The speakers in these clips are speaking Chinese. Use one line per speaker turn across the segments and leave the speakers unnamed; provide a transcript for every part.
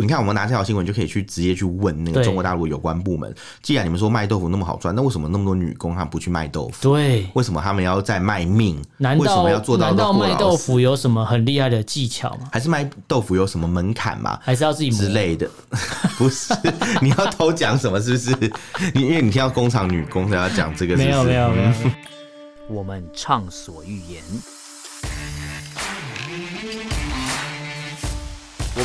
你看，我们拿这条新闻就可以去直接去问那个
对
中国大陆有关部门，既然你们说卖豆腐那么好赚，那为什么那么多女工她不去卖豆腐？
对，
为什么他们要在卖命？
难
为什
道
么要做到
难道
都过
卖
劳
豆
死？
腐有什么很厉害的技巧吗？
还是卖豆腐有什么门槛吗？
还是要自己
之
磨？
类的，不是你要偷讲什么？是不是？你因为你听到工厂女工才要讲这个是不
没
是，
有没有没有
嗯，
没有
我们畅所欲言；我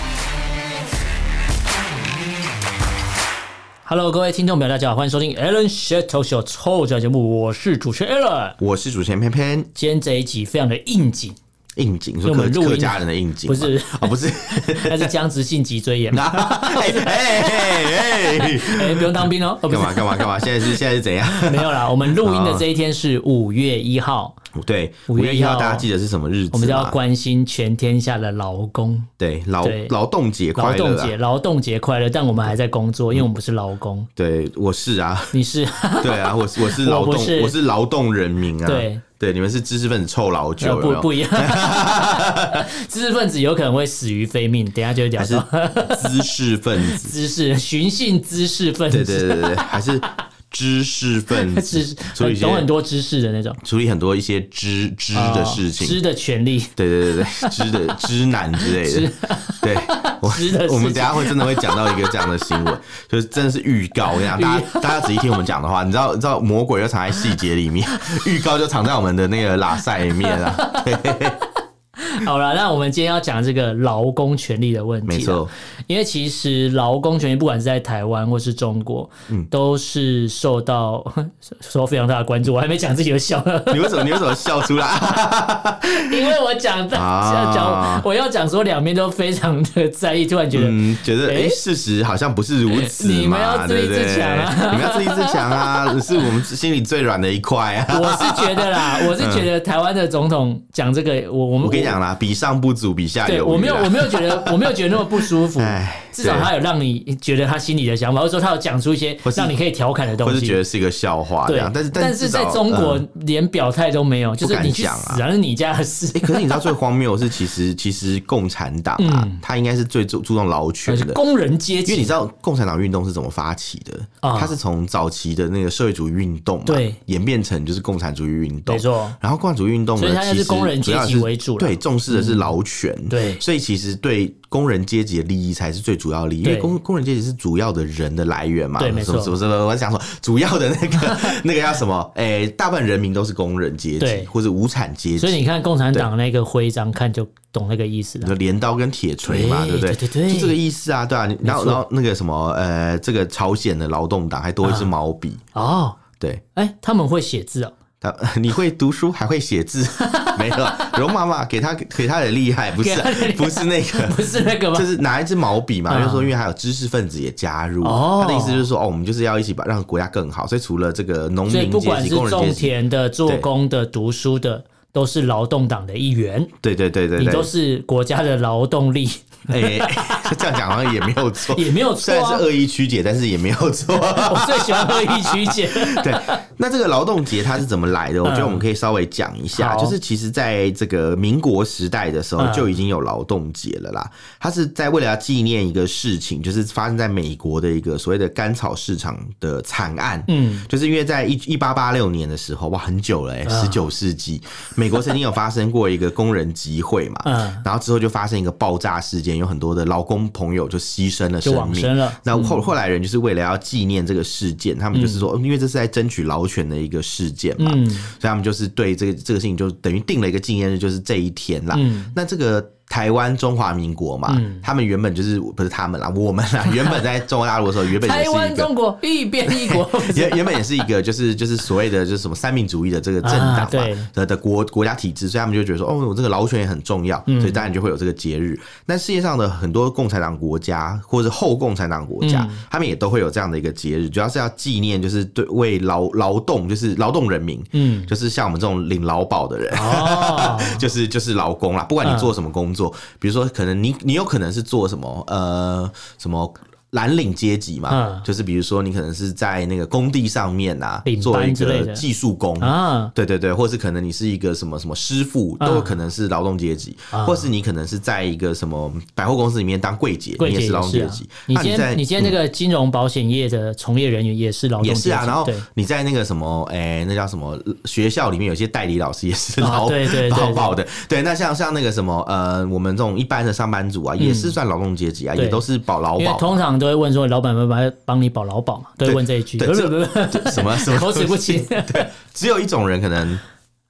Hello，各位听众朋友，大家好，欢迎收听 Alan s h a t o Show 臭脚节目，我是主持人 Alan。
我是主持人偏偏
今天这一集非常的应景，
应景，你说
因为
客
我们录音
客家人的应景吗，
不是
哦，不是，
但是僵直性脊 椎炎，
哎哎哎哎，
哎，不用当兵哦，哦，不
干
是，
嘛啊干嘛干嘛？现在是现在是怎样？
没有啦，我们录音的这一天是五月一号，
对，
5
五
月
月一
1
号
号
大家记得是什啊么日子吗？
我们就要关心全天下的劳工。
对劳
对
劳动节
劳
快
动
乐啊
节，！劳动节快乐！但我们还在工作，因为我们不是劳工，
对，我是啊，
你是
对啊，我是我是劳
我不
动，
是
我是劳动人民啊！
对哎
对，你们是知识分子臭老九，有没
呃不
有
不一样。 知识分子有可能会死于非命，等一下就会
还
讲
是
到
知识分 子？
知识寻衅知识分
对对
子，
对对对，还是知识分
知
子
识，
处理一
很
些
懂很多知识的那种
处理很多一些知知的事
哦知
情。
的权利。
对对对 对，知的知男之类的，对，我
知的事情
我们等一下会真的会讲到一个这样的新闻， 就是真的是预告。我跟你讲， 大家大家仔细听我们讲的话，你知道你知道魔鬼就藏在细节里面， 预告就藏在我们的那个拉塞里面 啊。
好了，那我们今天要讲这个劳工权利的问题。
没错，
因为其实劳工权益不管是在台湾或是中国，
嗯
都是受到 受非常大的关注。我还没讲自己就笑了，
你为什么你为什么笑出来？
因为我讲 到
啊
讲我要讲说两边都非常的在意，突然觉得。
嗯，觉得哎、
诶
事实好像不是如此嘛，
你们要自
对
立
不对
自强 啊
你们要自立自强 啊，是我们心里最软的一块啊。
我是觉得啦，我是觉得台湾的总统讲这个，我我
嗯
们
我跟你讲，啦，比上不足，比下有余啊
对
啦。哎
我没有我没有觉得 我没有觉得那么不舒服
唉，
至少他有让你觉得他心里的想法，或者说他有讲出一些
或是
让你可以调侃的东
或是
西
觉。得是一个笑话这
对
样，，但是
但
是
是在中国连表态都没有，就是
敢
你去
讲啊
死啊，是你家的事
哎、。可是你知道最荒谬的是，其实其实共产党啊，他应该是最注注重劳权
嗯是
的。
工人阶
因为
级
你知道共产党运动是怎么发起的？
啊
它是从早期的那个社会主义运动嘛，
对
演变成就是共产主义运动。
没错，
然后共产主义运动呢，
所以它
其
是
实
工人阶级
主要是
为主啦嗯
对，重视的是劳权，
对
所以其实对工人阶级的利益才是最主要的利益，因
对
为工工人阶级是主要的人的来源嘛，
对没
什么
错
什么什么，我想说主要的那 个那个叫什么？哎，大部分人民都是工人阶
对
级或者无产阶
所以
级。
你看共产党那个徽章，看就懂那个意思
你
了。
说镰刀跟铁锤嘛，
对
对不对？
对对对
就这个意思啊，对啊。你然后，
没错
然后那个什么，呃，这个朝鲜的劳动党还多一
嗯
支毛笔，
哦，
对，
哎，他们会写字哦，
他 你会读书还会写字， 没有啊容妈妈给他给他的厉害，不是啊
给他的厉害
不是那 个。
不是那个吗
就？是拿一支毛笔嘛，
嗯
就是说，因为还有知识分子也加入，
哦
他的意思就是说，哦，我们就是要一起把让国家更好，所以除了这个农
所以
民
不
阶
管
级、
是
工人阶
种
级，
田的、做工的、读书的，都是劳动党的一员，
对对对对
你都
对，
是国家的劳 动力，
哎， 这样讲好像也没有错，
也没有错
虽然是
啊。
恶意曲解，但是也没有错。
我最喜欢恶意曲 解，
对，那这个劳动节它是怎么来的？我觉得我们可以稍微讲一下，
嗯好
就是其实在这个民国时代的时候
嗯
就已经有劳动节了啦。它是在为了要纪念一个事情，就是发生在美国的一个所谓的甘草市场的惨案。
嗯，啊
就是因为在一一八八六年的时候，哇，很久了哎、十九世纪，美国曾经有发生过一个工人集会嘛，
嗯
然后之后就发生一个爆炸事件，有很多的劳工朋友就牺牲了
就
生
往
命，
生了。
那后后来人就是为了要纪念这个事件，他们就是说，哦因为这是在争取劳权的一个事件嘛，
嗯
所以他们就是对这个这个事情就等于定了一个纪念日，就是这一天啦。那这个。台湾中华民国嘛，他们原本就是不是他们啦，我们啦，原本在中国大陆的时候，原本也
台
是一
湾
个
中国一边一国，
原原本也是一个就是就是所谓的就是什么三民主义的这个政党嘛、
啊对
的的国国家体制，所以他们就觉得说，哦，我这个劳权也很重要，
嗯
所以当然就会有这个节日。但世界上的很多共产党国家或者后共产党国
嗯
家，他们也都会有这样的一个节日，主要是要纪念就是对为劳劳动就是劳动人民，
嗯，
就是像我们这种领劳保的人。
哦，
就是就是劳工啦，不管你
嗯
做什么工作，比如说可能你你有可能是做什么呃什么。蓝领阶级嘛，
嗯
就是比如说你可能是在那个工地上面啊
领，班
做一
之类
个
的
技术工，
啊，嗯
对对对，或是可能你是一个什么什么师傅，都有可能是劳动阶级，
啊
或是你可能是在一个什么百货公司里面当柜姐，
柜
你
姐
也是劳
也
动
是
阶
啊
级。。
你
那
今
在
天你今天那个金融保险业的从业人员也是劳动
也
阶级，
是啊，然后
对
你在那个什么，哎、那叫什么学校里面有些代理老师也是
啊
劳、
对对对
劳保的，对，那像像那个什么，呃，我们这种一般的上班族啊，也是算劳动阶级啊，
嗯对
也都是保劳
因为
保。
通常都会问说老板会不会帮你保劳保嘛，都会
对
问这一句，
对
不
这
是不是 不是
什么 什么
口齿不清，
只有一种人可能。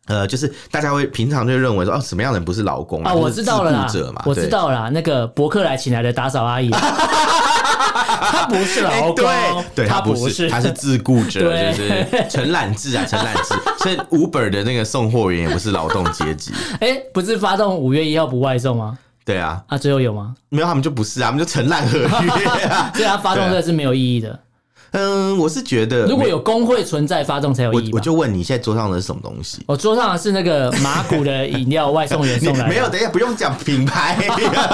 呃，就是大家会平常就认为说，哦，什么样的人不是劳工
啊，
就是
我知道了啦
自雇者嘛，，
我知
对。
道了啦，那个博客来请来的打 扫阿姨，她不是
哎
劳工，
对，对他
她
不
是，
他是自雇者，
对
就是承揽制啊，承揽制。所以 Uber 的那个送货员也不是劳动阶级，
哎，不是发动五月一号不外送吗？
对啊，
啊，最后 有吗？
没有他们就不是啊，他们就承揽合约啊。
所以他发动这个是没有意义的。
嗯，我是觉得
如果有工会存在，发动才有
我
意义吧。
我就问你，现在桌上的是什么东西？
我桌上的是那个马古的饮料外送员
你
送来 的，
没有，等一下不用讲品牌，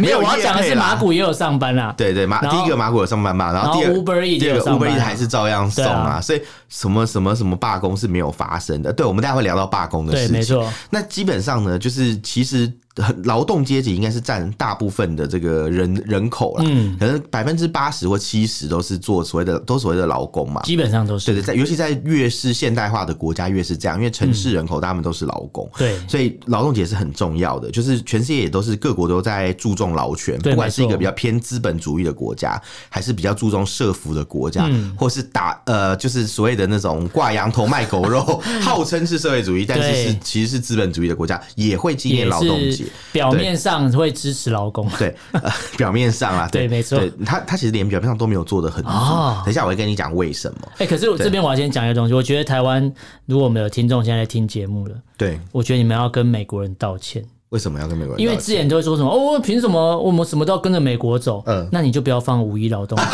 没有，我要
业
讲的
配
是
啦
马。古也有上班啊啦。
对对，马
然后
第一个马古有上班嘛，然后第
然
二
后 Uber Eats
第
也
二
有
个
上
Uber
班
Eats
啊
还是照样送
对
啊，
啊
所以什么什么什么罢工是没有发生的。对，我们待会聊到罢工的
对，
事
没
情。
错，
那基本上呢，就是其实很劳动阶级应该是占大部分的这个人人口啦，
嗯
可能百分之八十或七十都是做所谓的都所谓的劳工嘛。
基本上都是
对对，在尤其在越是现代化的国家，越是这样，因为城市人口他们都是劳工，
对
所以劳动节是很重要的，就是全世界也都是各国都在注重劳权，
对
不管是一
没
个
错
比较偏资本主义的国家，还是比较注重社服的国家，
嗯
或是打呃就是所谓的那种挂羊头卖狗 肉，号称是社会主义，但是是
对
其实是资本主义的国家，也会纪念
也
劳动节
是。表面上会支持劳工，
对、呃 表面上啊，对，
对没错
对他他其实连表面上都没有做的很足。
哦
等一下我会跟你讲为什么。
哎、可是我这边我要先讲一个东西，我觉得台湾如果我们有听众现在在听节目了，
对，
我觉得你们要跟美国人道歉，
为什么要跟美国人道歉？
因为之前都会说什么哦，凭什么我们什么都要跟着美国走？
嗯
那你就不要放五一劳动节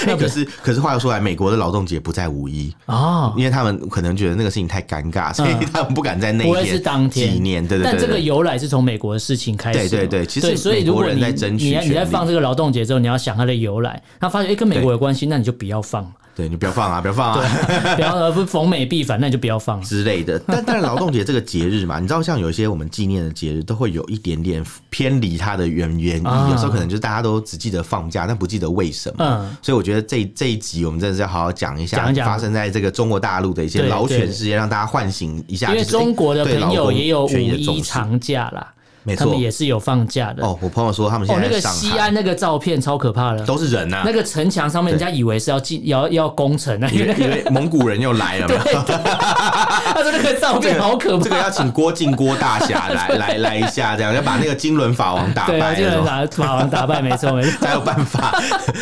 欸可是可是话又说来，美国的劳动节不在五一，
哦。
因为他们可能觉得那个事情太尴尬，所以
嗯
他们不敢在那
不会
一
是当
天
天
纪念。对对
但
对
这个
对。
由来是从美国的事情开始的嘛，
对对对其实
所以
美国
如果
人
你
在争取
你在你在
权利
放这个劳动节之后，你要想它的由来，他发现哎跟美国有关系，那你就不要放嘛，
对你不要 放啊，不要放啊
不要呃不逢美必反，那你就不要放了。
之类的。但但是劳动节这个节日嘛，你知道像有一些我们纪念的节日，都会有一点点偏离它的原原意。
啊
有时候可能就是大家都只记得放假，但不记得为什么。
嗯，
所以我觉得这这一集我们真的是要好好讲一下
讲一讲
发生在这个中国大陆的一些
对
劳
对
权事件，让大家唤醒一下。
因为
就是哎
中国的
对
朋
劳
友
工
也有五
权益的重
一
视
长假啦，
没
他们
错
也。是有放假的。
哦，我朋友说他们
哦
现，在
那
在
个
上
西
海
安那个照片超可怕的，
都是人呐、
那个城墙上面人家以为是要进要要攻城啊，因
因
为那
为
个
因为蒙古人又来了 嘛，
他说那个照
这
片
个
好可
这个
怕。
要请郭靖郭大侠 来来来一下，这样要把那个金轮法王打
对啊，
败
就
那
能
种。
把法王打败，没错没 错。
才有办 法，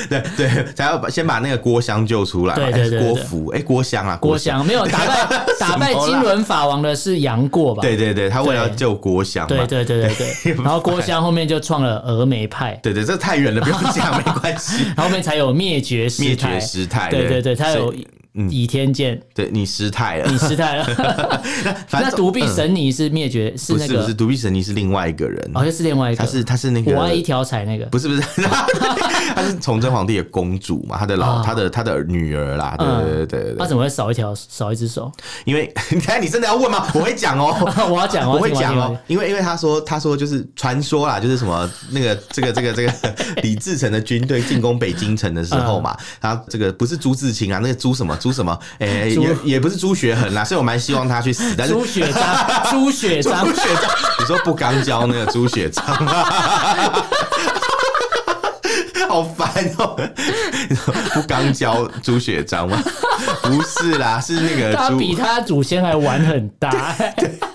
对对，才要把先把那个郭襄救出来嘛。
对对
还是
对
郭
对
芙，哎，郭襄啊，
郭襄没有打 败打败金轮法王的是杨过吧？
对对对，他为了要
对
救郭襄嘛，
对对 对对对。然后郭襄后面就创了峨眉派，
对对，这太远了，不用讲，没关系。
然后后面才有灭绝师
灭
太
绝。师太，
对对对，他有
所以
倚天剑，
对你师太了
你，师太了。
反
那
正
独臂
嗯
神尼是灭绝是
不
那
是不是
个，
独臂神尼是另外一个人，
好像是另外一个
他。是他是那个
我爱一条彩那个
不是不是， 她是崇祯皇帝的公主嘛，她的老
啊
她的她的女儿啦，对
嗯
对对对对
他
对，
怎么会少一条少一只手？。
因为 你看你真的要问吗？我会讲哦
我要讲，
我会
要听
讲
要
哦
听，
因为因为他说他说就是传说啦，就是什么那个这个这个这 个李自成的军队进攻北京城的时候
嗯
嘛，他这个不是朱自清啊，那个朱什么朱什么，哎
朱
也也不是朱学恒啦，所以我蛮希望他去死，但是
朱雪章，朱雪
朱
章，
雪章，你说不刚交那个朱雪章。好烦哦、不刚教朱雪章吗？不是啦，是那个
他
朱
比他祖先还玩很大、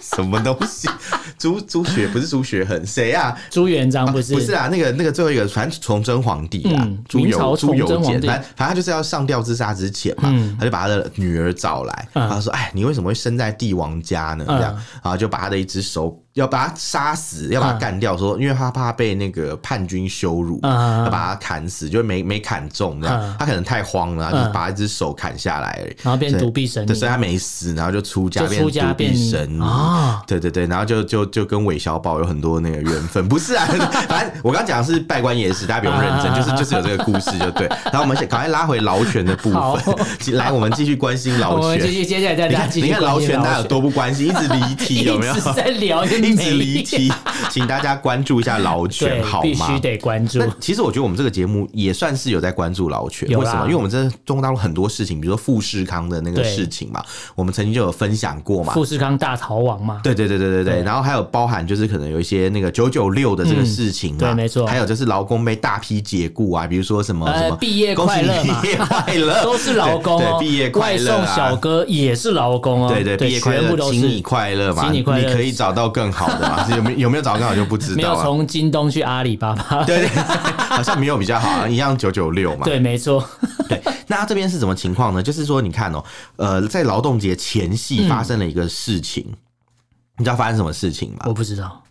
什么东西？朱朱雪不是朱雪恒，谁啊？
朱元璋不是、
不是啊，那个那个最后一个，反正崇祯皇帝啊，
嗯
朱
明
由
朝
朱由
崇祯
检，
皇帝
反正反正他就是要上吊自杀之前嘛，他就把他的女儿找来，
嗯
他说：“哎，你为什么会生在帝王家呢？”
嗯
这样，然后就把他的一只手要把他杀死，要把他
嗯
干掉，说因为他怕被那个叛军羞辱，
嗯
要把他砍死，就没没砍中这样
嗯，
他可能太慌了，就是
嗯
把一只手砍下来而已，
然后变
所以
独臂神
对，
尼
所以他没死，然后就出家
就出
变
家
独
变
臂神尼
啊，
对对对，然后就就就跟韦小宝有很多那个缘分，不是啊， 反正我刚讲的是拜官野史，大家不用
啊
认真，就是就是有这个故事就对。然后我们先赶快拉回劳权的部
好
分， 来，我们继续关心
我
劳
们继
权。
续接下来再
你
大家
看，
继
你
续
看劳
关心
权大家有多不关心，一直离 题，有没有
一？直在聊，就
一
没
直离题，请大家关注一下劳权
对，
好
必
吗
须？得关注
那。其实我觉得我们这个节目也算是有在关注劳权，
有
为
啦
什么？因为我们真的中国大陆很多事情，比如说富士康的那个
对
事情嘛，我们曾经就有分享过嘛。
富士康大逃亡嘛，
对对对对对对，
对嗯
然后还有包含就是可能有一些那个九九六的这个事情嘛，
对没错
还有就是劳工被大批解雇啊，比如说什么
呃
什么
毕业快乐
恭喜你
嘛
毕业快乐
都是劳工
对
哦，
对毕业快
外
乐
送小
啊。
哥也是劳工哦，
对对，
对，
毕业快
全部
乐，
都
请你
是。
快乐嘛，
请你快乐
可以找到更好的嘛？有没有有没有找到更好就不知
没
道啊
有
了。
从京东去阿里巴巴，
对对，对好像没有比较好，好啊像一样九九六嘛。
对，没错，
对，那他这边是什么情况呢？就是说，你看哦、呃，在劳动节前夕发生了一个事情，你知道发生什么事情吗？
我不知道，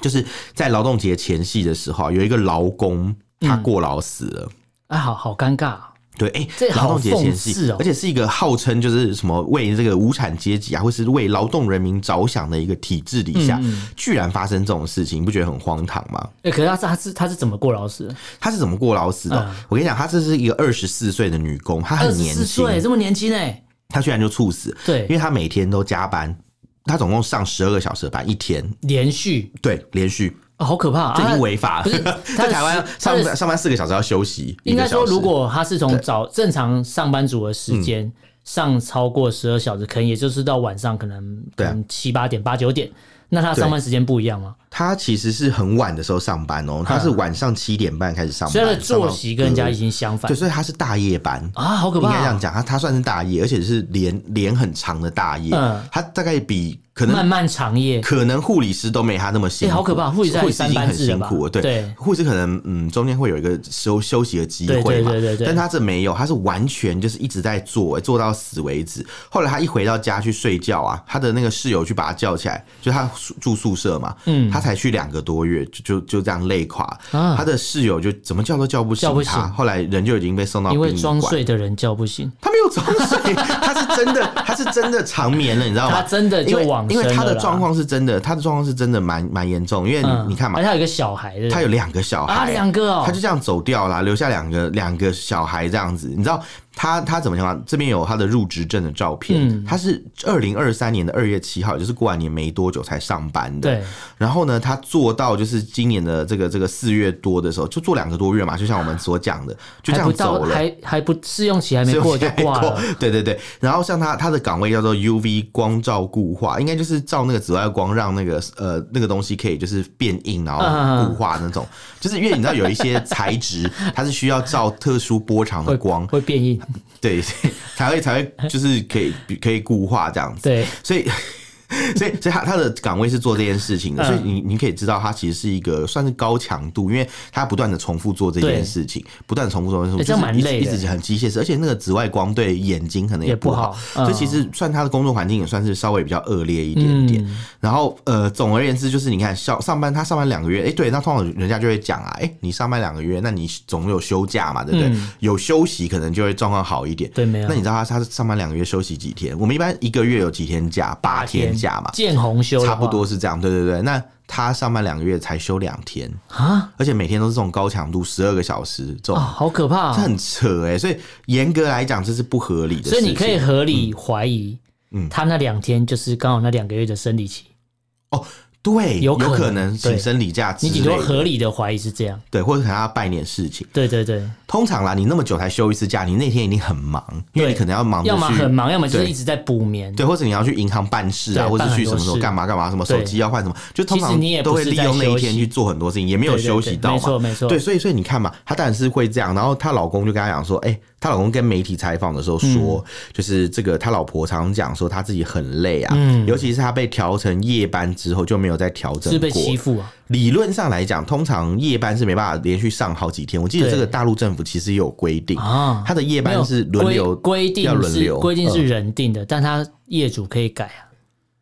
就是在劳动节前夕的时候啊，有一个劳工他过劳死了。
哎，好好尴尬哦，
对，哎、
这
劳
好
动节前
讽
夕，
刺哦
而且是一个号称就是什么为这个无产阶级啊，或是为劳动人民着想的一个体制底
嗯
下，居然发生这种事情，你不觉得很荒唐吗？
哎，可是他是他是他是怎么过劳死的？
他是怎么过劳死的？
嗯
我跟你讲，她这是一个二十四岁的女工，她
二
很
十
年
四
轻，
岁这么年轻哎，
她居然就猝死，因为
对，
她每天都加班，她总共上十二个小时的班，一天，
连续
对，连续，
哦好可怕啊，
这已
他
经违法
不是
了。
他
在
的
台湾
时他
上
的
班上班四个小时要休息一
应
个
该
小
说，
时，
如果他是从早正常上班族的时
嗯
间上超过十二小时，可能也就是到晚上可能
对啊
可能七八点八九点，那他上班时间不一样吗？
他其实是很晚的时候上班哦，他是晚上七点半开始上班，
啊所以他的
上到
作息跟人家已经相反
对，所以他是大夜班。
啊，好可
应
怕
该这样
啊！
讲，他他算是大夜，而且是连连很长的大夜。
嗯
他大概比可能
漫漫长夜，
可能护理师都没他那么辛苦，
欸好可怕护理师还
护理师已经
三
很
班制
辛
了吧
苦了。对，
对
护士可能嗯中间会有一个休休息的机会嘛，
对对对对对
但他这没有，他是完全就是一直在做、欸做到死为止。后来他一回到家去睡觉啊，他的那个室友去把他叫起来，就他宿住宿舍嘛，
嗯
他才去两个多月就就就这样累垮，
啊
他的室友就怎么叫都叫不醒
叫不
他，
醒
后来人就已经被送到
因
殡
为
仪
装
馆。
睡的人叫不醒，
他没有装睡，他是真的，他是真的长眠了，你知道吗？
他真的
因
就
为
往
因为
生
他的
了啦
状况是真的，他的状况是真的蛮蛮严重，因为嗯你你看嘛
而且，他有一个小孩的，
他有两个小孩，
嗯哎啊两个哦
他就这样走掉了，留下两个两个小孩这样子，你知道他他怎么样吗？这边有他的入职证的照片，
嗯
他是二零二三年的二月七号，也就是过完年没多久才上班的，
对，
然后呢，他做到就是今年的这个这个四月多的时候，就做两个多月嘛，就像我们所讲的，就这
还不
样
到
走了。
还还不试用期还没 过就挂了，
对对对，然后像他他的岗位叫做 UV 光照固化，应该就是照那个紫外光让那个呃那个东西可以就是变硬然后固化那种， 就是因为你知道有一些材质它是需要照特殊波长的
会
光，
会变硬，
对，才会才会就是可以可以固化这样子，
对，
所以。 所以，所以他他的岗位是做这件事情的，
嗯
所以你你可以知道，他其实是一个算是高强度，因为他不断的重复做这件事情，不断地重复做这件事情，
欸这样蛮
就是
累
一
的
直一直很机械式，而且那个紫外光对眼睛可能
也
不
不
好，
好
所以
嗯
其实算他的工作环境也算是稍微比较恶劣一点点。
嗯
然后呃，总而言之就是，你看上上班他上班两个月，哎、对，那通常人家就会讲啊，哎、你上班两个月，那你总有休假嘛，对不对？
嗯
有休息可能就会状况好一点。
对没有
那你知道他他上班两个月休息几天？我们一般一个月有几天假？八天假嘛，
见红修的
差不
话
多是这样。对对对，那他上班两个月才休两天，
啊
而且每天都是这种高强度十二个小时这种。
啊，好可怕
哦这
啊！
很扯哎、所以严格来讲，这是不合理的事
所
情。
以你可以
嗯嗯
合理怀疑，他那两天就是刚好那两个月的生理期，
对，
有
有
可能
能请
对
生理假之
你
类
顶多
的
合理的怀疑是这样。
对，或者可能要办一点事情。
对对对，
通常啦，你那么久才休一次假，你那天一定很忙，因为
对
你可能要忙着
要么
啊去
很忙，要么就是
对
一直在补眠。
对，或者你要去银行办事啊，
对
或者
办
去什
很多
么时候
事
干嘛干嘛，什么手
对
机要换什么，就通
其实
常
你也
都
不
会
是
利
在
用那一
休
天
息
去做很多事情，也没有
对对
休
对
息到
没
嘛。
错没错
对，所以所以你看嘛，她当然是会这样。然后她老公就跟她讲说，哎、她老公跟媒体采访的时候
嗯
说，就是这个她老婆常讲说她自己很累啊，尤其是她被调成夜班之后就没有再调整
嗯是被
过
欺。负啊，
理论上来讲，通常夜班是没办法连续上好几天。我记得
对
这个大陆政府其实也有规定，
啊
他的夜
没
班
有
是轮
规
流
规定
要轮
是
流
规定
嗯
是人定的，但他业主可以改啊，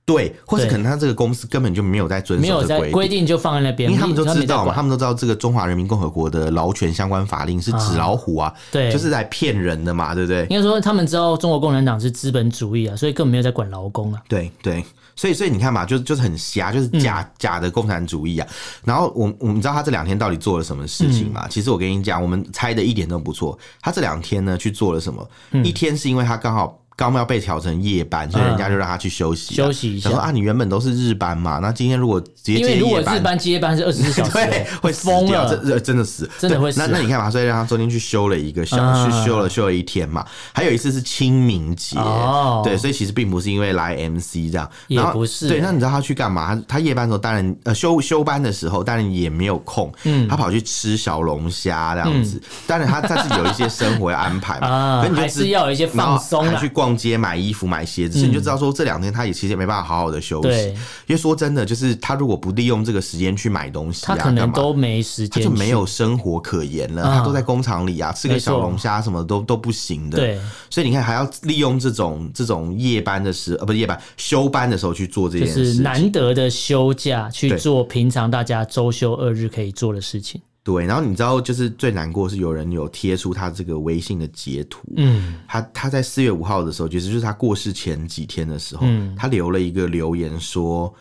对，或是
对
可能他这个公司根本就没有在遵
没
守
有
这
在
个
规
规定。
定就放在那边，
因为他们都
没
知
在
道嘛，
管
他们都知道这个中华人民共和国的劳权相关法令是纸老虎啊，
对
就是来骗人的嘛，对不对？
应该说他们知道中国共产党是资本主义啊，所以根本没有在管劳工啊。
对对，所以所以你看嘛，就就是很瞎，就是
嗯
假、假的共产主义啊。然后我我们知道他这两天到底做了什么事情嘛？
嗯
其实我跟你讲，我们猜的一点都不错。他这两天呢去做了什么？
嗯
一天是因为他刚好。刚要被调成夜班，所以人家就让他去休息啊、
休息一下
想说啊，你原本都是日班嘛，那今天如果直接
因
接
为如果
夜
日班接班是二十四小时， 哦
对，会死
疯
掉
了。
真呃真的死，
真的
对
会死
那那你看嘛，所以让他中间去休了一个小
啊
时，去休了休了一天嘛。还有一次是清明节
哦，
对，所以其实并不是因为来 MC 这样，
也
然后
不是
对，那你知道他去干嘛？他他夜班的时候，当然呃休休班的时候，当然也没有空，
嗯
他跑去吃小龙虾这样子。当然他他自己有一些生活要安排 嘛，
啊
可你就
还
知
是要有一些放松啊啦
然后还去逛街买衣服买鞋子，所以你就知道说这两天他也其实也没办法好好的休息
对，
因为说真的，就是他如果不利用这个时间去买东西啊，
他可
干
能
嘛
都没时
他
间，
就没。有生活可言了，他
啊
都在工厂里啊，吃
没
个
错
小龙虾什么都都不行的。
对，
所以你看还要利用这种这种夜班的时，呃，不是夜班休班的时候去做这
就
件事
是
情。
难得的休假去
对
做平常大家周休二日可以做的事情。
对，然后你知道，就是最难过是有人有贴出他这个微信的截图，
嗯，
他他在四月五号的时候，其实就是他过世前几天的时候，
嗯
他留了一个留言说。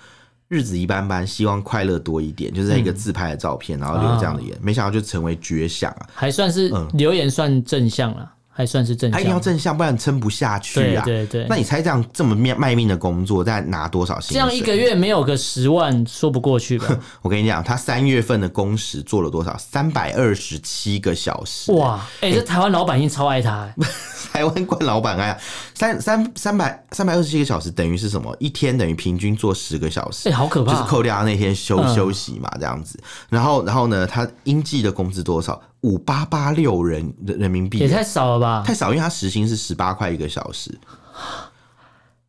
日子一般般，希望快乐多一点，就是在一
嗯
个自拍的照片，然后
啊
留这样的言，没想到就成为绝响啊！
还算是留言算正向了，还算是正
他一定哎要
向。
正向，不然撑不下去
对
啊！
对对
那，你猜这样这么面卖命的工作，在拿多少薪水？
这样一个，月没有个十万说不过 去吧？
我跟你讲，他三月份的工时做了多少？三百二十七个小时。！
哇，哎，这台湾老板一定超爱他，哎
台湾冠老板哎，三三三百三百二十七个小时等于是什么？一天等于平均做十个小时
哎，。好可
就是
怕。
扣啊掉他那天休、
嗯
休息嘛，这样子。然后，然后呢，他应季的工资多少？五八八六人人人民币，啊
也太少了吧
太，少，因为他时薪是十八块一个小时，
好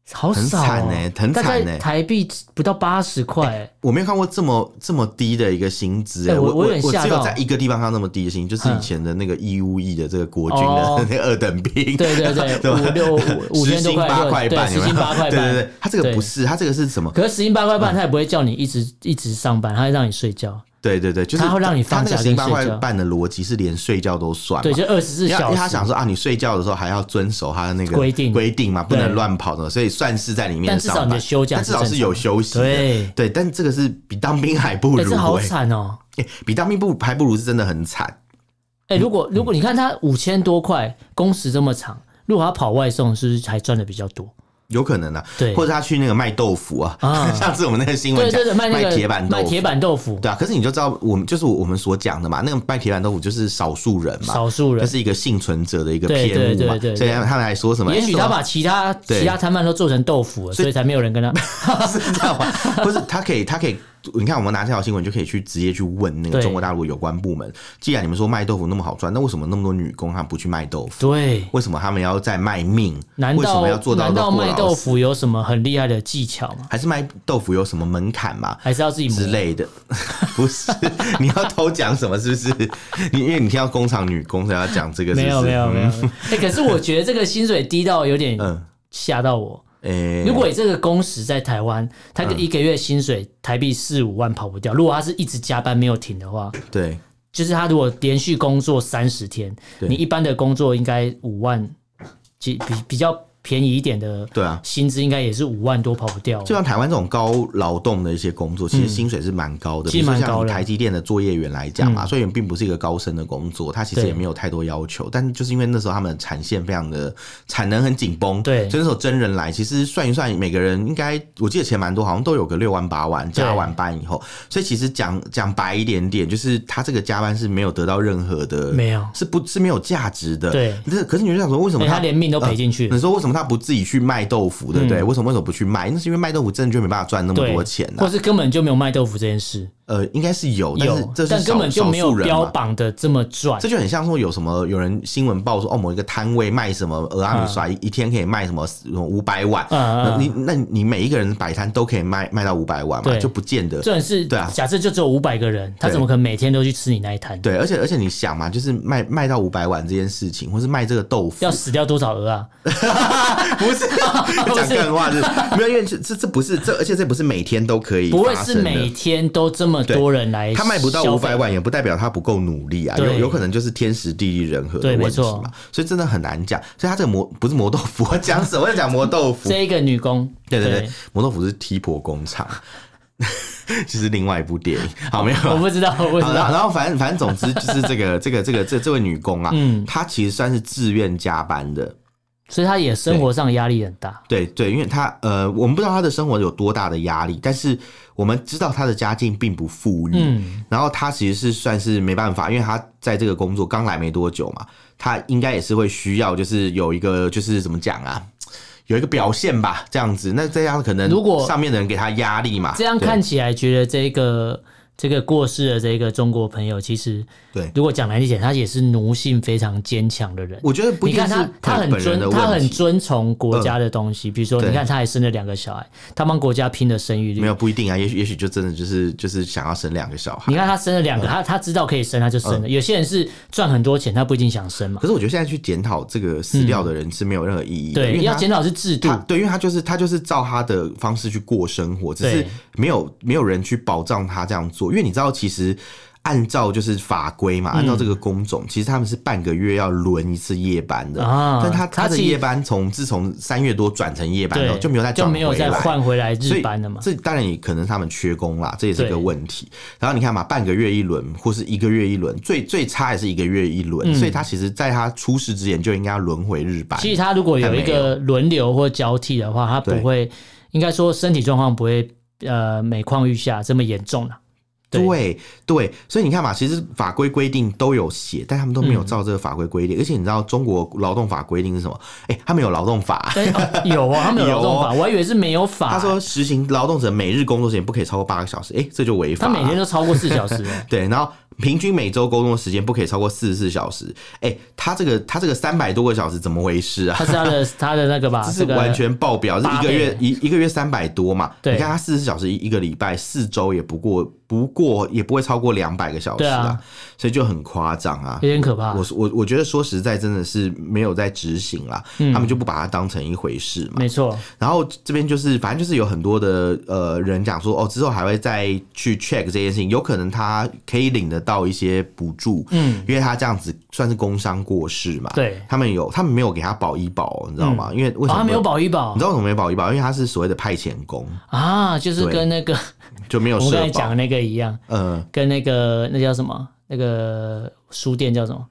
少
很惨
哦
欸很
大
惨
概
欸
台币不到八十块欸，
我没有看过这么这么低的一个薪资、欸
哎我
我
我有点
我
吓
只
到嗯
有在一个地方看到那么低的薪，就是以前的那个义务役的这个国军
哦
的 那个二等兵，
对对 对
吧
五六五五
时
千多
薪
块
八
对
块半，
对
有没
时
有
薪八块半
对对对，他这个
对
不是，他这个是什么？
可是时薪八块
嗯
半，他也不会叫你一直一直上班，他会让你睡觉。
对对对，就是
他会让你
他
放
那个
假
时薪
跟
八
睡
块
觉
半的逻辑是连睡觉都算嘛，
对，就二十四
因为因
小
为
时。
他想说啊，你睡觉的时候还要遵守他的那个
规定
规定嘛，不
对
能乱跑的，所以算是在里面
但至
上
少
班。
你的休假
但
是
至少是有休息的。
对
对，但这个是比当兵还不
哎、
如、
这好
欸
惨哦、
欸比当兵不还不如是真的很惨。
哎、如
嗯
果如果你看他五千多块，工时这么长，如果他跑外送，是不是还赚的比较多？
有可能啊，
对
或者他去那个卖豆腐啊，
啊
上次我们那个新闻
对
讲
对对，卖那个
铁板豆
卖
腐，
铁板豆腐，
对啊，可是你就知道，我们就是我们所讲的嘛，那个卖铁板豆腐就是少数人嘛，
少数
这
人。
是一个幸存者的一个
对
偏
对
误嘛，
对对对
所以他们还说什么？
也许
哎
他
什么
把其他
对
其他摊贩都做成豆腐了，所以才没有人 跟他。
是这样吧？不是，他可以，他可以。你看，我们拿这条新闻就可以去直接去问那个
对
中国大陆有关部门。既然你们说卖豆腐那么好赚，那为什么那么多女工她们不去卖豆腐？
对，
为什么他们要在卖命？
难
为什
道
么要做到
难
都
道
过
卖
劳
豆
死？
腐有什么很厉害的技巧吗？
还是卖豆腐有什么门槛吗？
还是要自己磨
之？类的， 不是？你要偷讲什么？是不是？你因为你听到工厂女工才要讲这个是不
没
是，
有没有没有。 哎、可是我觉得这个薪水低到有点
嗯，哎
吓到我。
诶、
如果你这个工时在台湾，他
嗯
一个月薪水台币四五万跑不掉。如果他是一直加班没有停的话，
对
就是他如果连续工作三十天，
对
你一般的工作应该五万，比比比较便宜一点的，
对啊
薪资应该也是五万多跑不掉。嗯
就像台湾这种高劳动的一些工作，其实薪水是蛮高的。
其
比
实
如说
蛮高
像以
的嗯
台积电的作业员来讲嘛，作业员并不是一个高深的工作，他其实
对
也没有太多要求。但就是因为那时候他们的产线非常的产能很紧绷，
对
所以那时候真人来，其实算一算，每个人应该我记得钱蛮多，好像都有个六万八万，加完班以后，所以其实讲讲白一点点，就是他这个加班是没有得到任何的，
没有
是不是没有价值的。
对
那可是你就想说，为什么
哎他连命都赔进去
呃你说为什么他不自己去卖豆腐，对不对？为什么为什么不去卖？那是因为卖豆腐真的就没办法赚那么
嗯对，
多钱呢、
或是根本就没有卖豆腐这件事，
呃，应该是有，但是
有
这，是
但
少
根本就没
少
有
数人
标
嘛。
榜的这么赚
这。就很像说有什么有人新闻报说哦某一个摊位卖什么俄阿米刷、一天可以卖什么五百万，
嗯
那
嗯
你那你每一个人摆摊都可以卖卖到五百万嘛，
对
就不见得
这种是，
对啊
假设就只有五百个人，他
对
怎么可能每天都去吃你那一摊？
对，而且而且你想嘛，就是卖卖到五百万这件事情，或是卖这个豆腐
要，死掉多少鹅啊？
不是讲干话是，没有，因为这这这不是这，而且这不是每天都可以
不会
发
是
生的
每天都这么多人来哎消费，
他卖不到五百万，也不代表他不够努力啊，有
对
有可能就是天时地利人和的
对没
问题
错
嘛，所以真的很难讲。所以他这个磨不是磨豆腐，我讲什么？我在讲磨豆 腐。
这一个女工，
对对对，磨豆腐是踢婆工厂， 这是另外一部电影。好，没有
我
啊。
不知道，我不
好，
知
然后
道，
然后反正反正总之就是这个 这个这个这这位女工啊，
嗯
她其实算是自愿加班的，
所以她也生活上压力很大。
对对，因为她呃，我们不知道她的生活有多大的压力，但是我们知道她的家境并不富裕，
嗯，
然后他其实是算是没办法，因为他在这个工作刚来没多久嘛，他应该也是会需要，就是有一个就是怎么讲啊，有一个表现吧，这样子。那这样可能
如果
上面的人给他压力嘛，
这样
对
看起来，觉得这个这个过世的这个中国朋友，其实
对，
如果讲难听点，他也是奴性非常坚强的人。
我觉得不一
你
定
看
是
他，他
本
很
本人的
遵他
问
很
题，嗯
遵从国家的东西，比如说，
对
你看他还生了两个小孩，他帮国家拼了生育率
没。有不一定啊，也许也许就真的就是就是想要生两个小孩
你。看他生了
嗯
两个，他他知道可以生，他就生了。有些人是赚很多钱，他不一定想生嘛
可。是我觉得现在去检讨这个死掉的人是没有任何意义的，因
对，
为
要
他
检讨是制度
他。哦对，因为他就是他就是照他的方式去过生活，只是
对
没有没有人去保障他这样做，因为你知道其实。按照就是法规嘛，按
嗯
照这个工种，其实他们是半个月要轮一次夜班的。
啊
但他
他
他的
其实
夜班从自从三月多转成夜班
对
后，，就没有再
就
转
没有
回
再
来。
换回来
所
日
以
班了嘛。
这当然也可能他们缺工啦，这也是
对
个问题。然后你看嘛，半个月一轮，或是一个月一轮，最最差也是一个月一
嗯
轮，所以他其实在他出事之前就应该要轮回日班。
其实他如果有一
但没
个轮流或交替的话，他不
对
会，应该说身体状况不会呃每况愈下这么严重啊了。
对对，所以你看嘛，其实法规规定都有写，但他们都没有
嗯
照这个法规规定。而且你知道中国劳动法规定是什么？哎、他们有劳动法，
对，哦有啊，他们有劳动法，我还以为是没有法。欸
他说实行劳动者每日工作时间不可以超过八个小时，哎、这就违法
他
了。
每天都超过四 小时欸，
对，然后平均每周工作时间不可以超过四十四小时。哎、他这个他这个三百多个小时怎么回事啊
他？是他的他的那个吧，
这是
这个
完全爆表，是一
八
个
倍
月一一个月三百多嘛？
对
你看他四十小时一一个礼拜，四周也不过不过也不会超过两百个小时
对啊
所以就很夸张啊。
有点可怕
我。我我觉得说实在，真的是没有在执行啦，
嗯
他们就不把它当成一回事嘛。
没错，
然后这边就是，反正就是有很多的呃人讲说，哦，之后还会再去 check 这件事情，有可能他可以领得到一些补助，
嗯，
因为他这样子算是工伤过世嘛，
对
他们有他们没有给他保医保哦、你知道吗？因为为什
哦，
么、
他没有？保医保
你知道为什么没有保医保？因为他是所谓的派遣工，
啊，就是
对
跟那个
就没有
我们刚
社
才讲
保
的，那个一样，
嗯，
跟那个那叫什么？那个书店叫什么？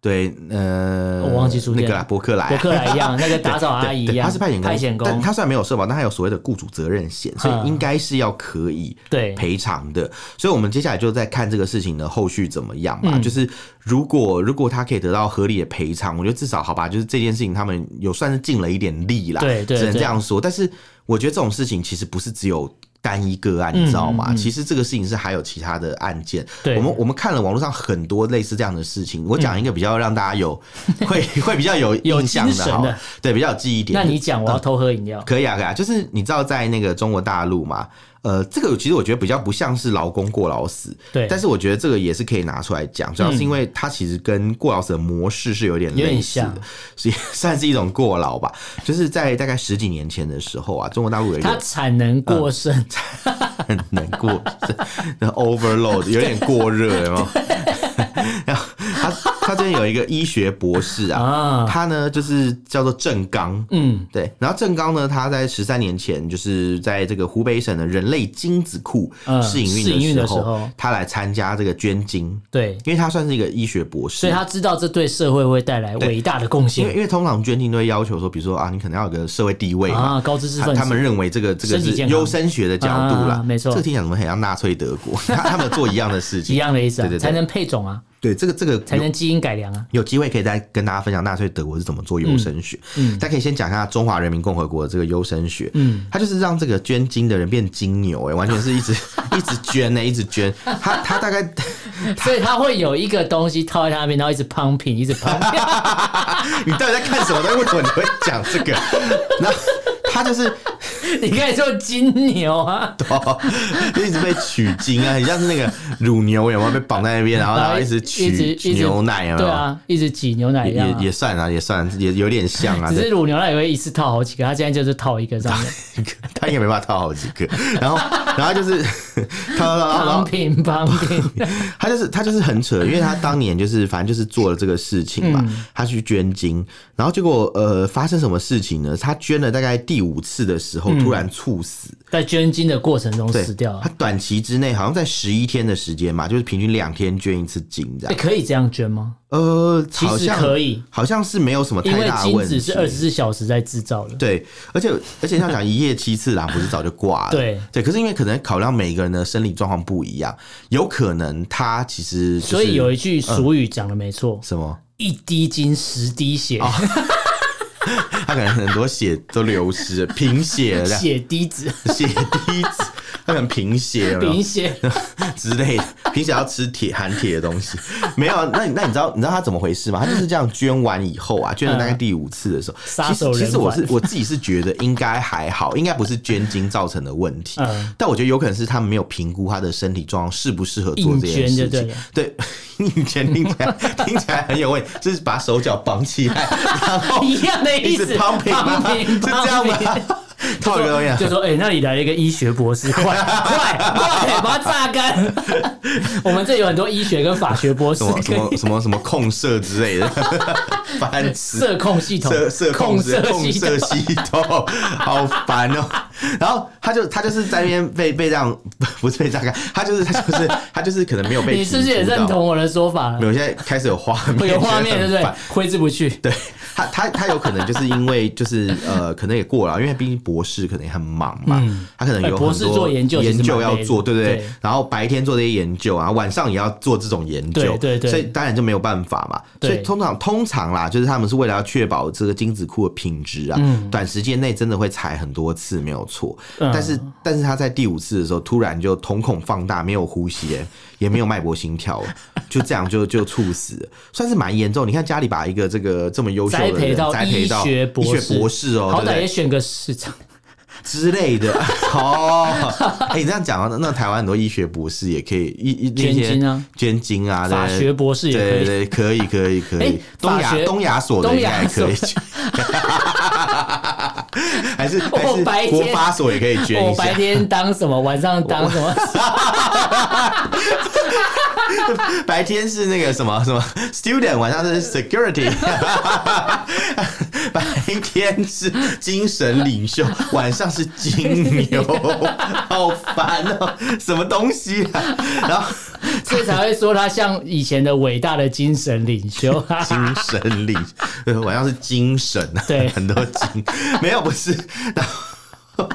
对，呃，
我忘记书
那
店
个啦，伯克莱啊，
博客来一样，那个打扫阿姨一
对，
样，
他是派遣工，
派遣
但
工，
他虽然没有社保，但他有所谓的雇主责任险，所
嗯
以应该是要可以
对
赔偿的。所以我们接下来就在看这个事情的后续怎么样嘛。
嗯
就是如果如果他可以得到合理的赔偿，我觉得至少好吧，就是这件事情他们有算是尽了一点力啦，
对对
只能
对
这样说。但是我觉得这种事情其实不是只有。单一个案，你知道吗？其实这个事情是还有其他的案件。
嗯对嗯
我们我们看了网络上很多类似这样的事情。我讲一个比较让大家有、会 会比较有
有
印象
精神
的，好了
的
对，比较有记忆点。
那你讲，我要偷喝饮料。
可以啊，可以啊，就是你知道在那个中国大陆嘛，呃，这个其实我觉得比较不像是劳工过劳死，
对，嗯
但是我觉得这个也是可以拿出来讲，主要是因为它其实跟过劳死的模式是有点
有
类
点
似
像
的，所以 算是一种过劳吧。就是在大概十几年前的时候啊，中国大陆有一
它
个
产能过剩，
很难 过 overload，有点过热，有没有？然后他他之前有一个医学博士啊，
啊，
他呢就是叫做郑刚，
嗯，
对，然后郑刚呢，他在十三年前，就是在这个湖北省的人类精子库
嗯
试营
试营
运
运的
的
时
时候
候，
他来参加这个捐精，
对，
因为他算是一个医学博士，
所以他知道这对社会会带来伟大的贡
因为
献
因为通常捐精都会要求说，比如说啊，你可能要有个社会地位嘛。
啊，高知识
他
分
他们
子
认为这个这个
身体
是
健康
优生学的角度啦，
啊没错
这个听起来怎么很像纳粹德国？ 他他们做一样的事
一
情，
样的意思
对对对
啊，才能配种啊，
对这个这个
才
有
能基因改良啊，
有机会可以再跟大家分享纳粹德国是怎么做优生学。
嗯
但可以先讲一下中华人民共和国的这个优生学，
嗯，
他就是让这个捐精的人变金牛、哎，完全是一 直一直捐呢、一直捐。他他大概
所以他会有一个东西套在他那边，然后一直 pumping，一直 pumping，
你到底在看什么东西？为什么你会讲这个？然后他就是
你可以说金牛啊，
哦，就一直被取精啊，很像是那个乳牛有没有被绑在那边，然后然后一直 取
一直一直
牛奶有没
对
有？
啊，一直挤牛奶
也
一样
也
啊。
也算啊，也算也有点像 啊，
只
对
是乳牛奶也会一次套好几个，他现在就是套一个上 面，
他应该没办法套好几个，然后然后就是 套套套套，然
旁
后
平 旁平，
他就是他就是很扯，因为他当年就是反正就是做了这个事情嘛，
嗯
他去捐精，然后结果呃发生什么事情呢？他捐了大概第五次的时候，突然猝死，
在捐精的过程中
对，
嗯死掉了
他。短期之内好像在十一天的时间嘛，就是平均两天捐一次精这
欸
样。
可以这样捐吗？
呃，
其
好
实
像
可以，
好像是没有什么
因
太
为
大的
精
问
子
题。
是二十四小时在制造的。
对，而且而且要讲一夜七次啦，不是早就挂了。
对
对，可是因为可能考量每个人的生理状况不一样，有可能他其实、就是、
所以有一句俗语讲的没错，
什么，
一滴精十滴血，
嗯哦他可能很多血都流失了，贫血了这样，
血滴子，
血滴子，他可能贫血有没有
贫血。
哦 之类的，平时要吃铁含铁的东西。没有啊，那你那你知道你知道他怎么回事吗？他就是这样捐完以后啊，捐了大概第五次的时候，
嗯撒手
其实其
人
实我是
寰
我自己是觉得应该还好，应该不是捐精造成的问题。
嗯
但我觉得有可能是他们没有评估他的身体状况适不适合做
硬
这件
捐就
事情。对，硬捐听起来听起来很有问题，就是把手脚绑起来，然 后
一样的
一
意
直
思，
pumping 吗 是这样吗
pumping？
套一个东西啊
就说：“哎、那里来了一个医学博 士，快快快，把它榨干！ 我们这有很多医学跟法学博士
什么什
跟
么什么什么控射之类的， 烦死。
社控系统、
射射控
控
射
社
控
系
射
统，
系统， 好烦哦、然后他就他就是在那边被被这样，不是被榨干，他就是他就是他就是可能没有被
你是不是也
评估到
认？同我的说法了
没？有，现在开始有画面，
会有画面，
觉得
对
很
不对
烦？
挥之不去。
对他，他他有可能就是因为就是呃，可能也过了，因为毕竟博士可能也很忙嘛，他可能
哎
有
博
很
士
多
做研究其实
研究
蛮
要
累的
做，对不对
对？
然后白天做这些研究啊，晚上也要做这种研究，
对对对
所以当然就没有办法嘛。
对
所以通常通常啦，就是他们是为了要确保这个精子库的品质啊，短时间内真的会采很多次没有错，
嗯
但是但是他在第五次的时候突然就瞳孔放大，没有呼吸，哎也没有脉搏心跳，就这样就 就猝死了，算是蛮严重。你看家里把一个这个这么优秀的
栽
人
培到
栽培到
医学博士
医学博士哦，
好
对不
歹也
对
选个市长，
之类的 哦。哎，你这样讲啊，那那台湾很多医学博士也可以一一那些
捐精啊，
捐精啊，对
法学博士也可
对
以。
对，可以可以可
哎
以，东
法
亚
学
东亚所的
东
应该
亚
也可以
所
捐， 还是还
我白
是
天
国法所也可以捐
我
一下
白，天当什么，晚上当什么，
白天是那个什么什么 student，晚上是 security，白天是精神领袖，晚上是金牛， 好烦哦、什么东西啊？然后
所以才会说他像以前的伟大的精神领袖。
精神领，呃晚上是精神啊，
对
很多精，没有不是， 然后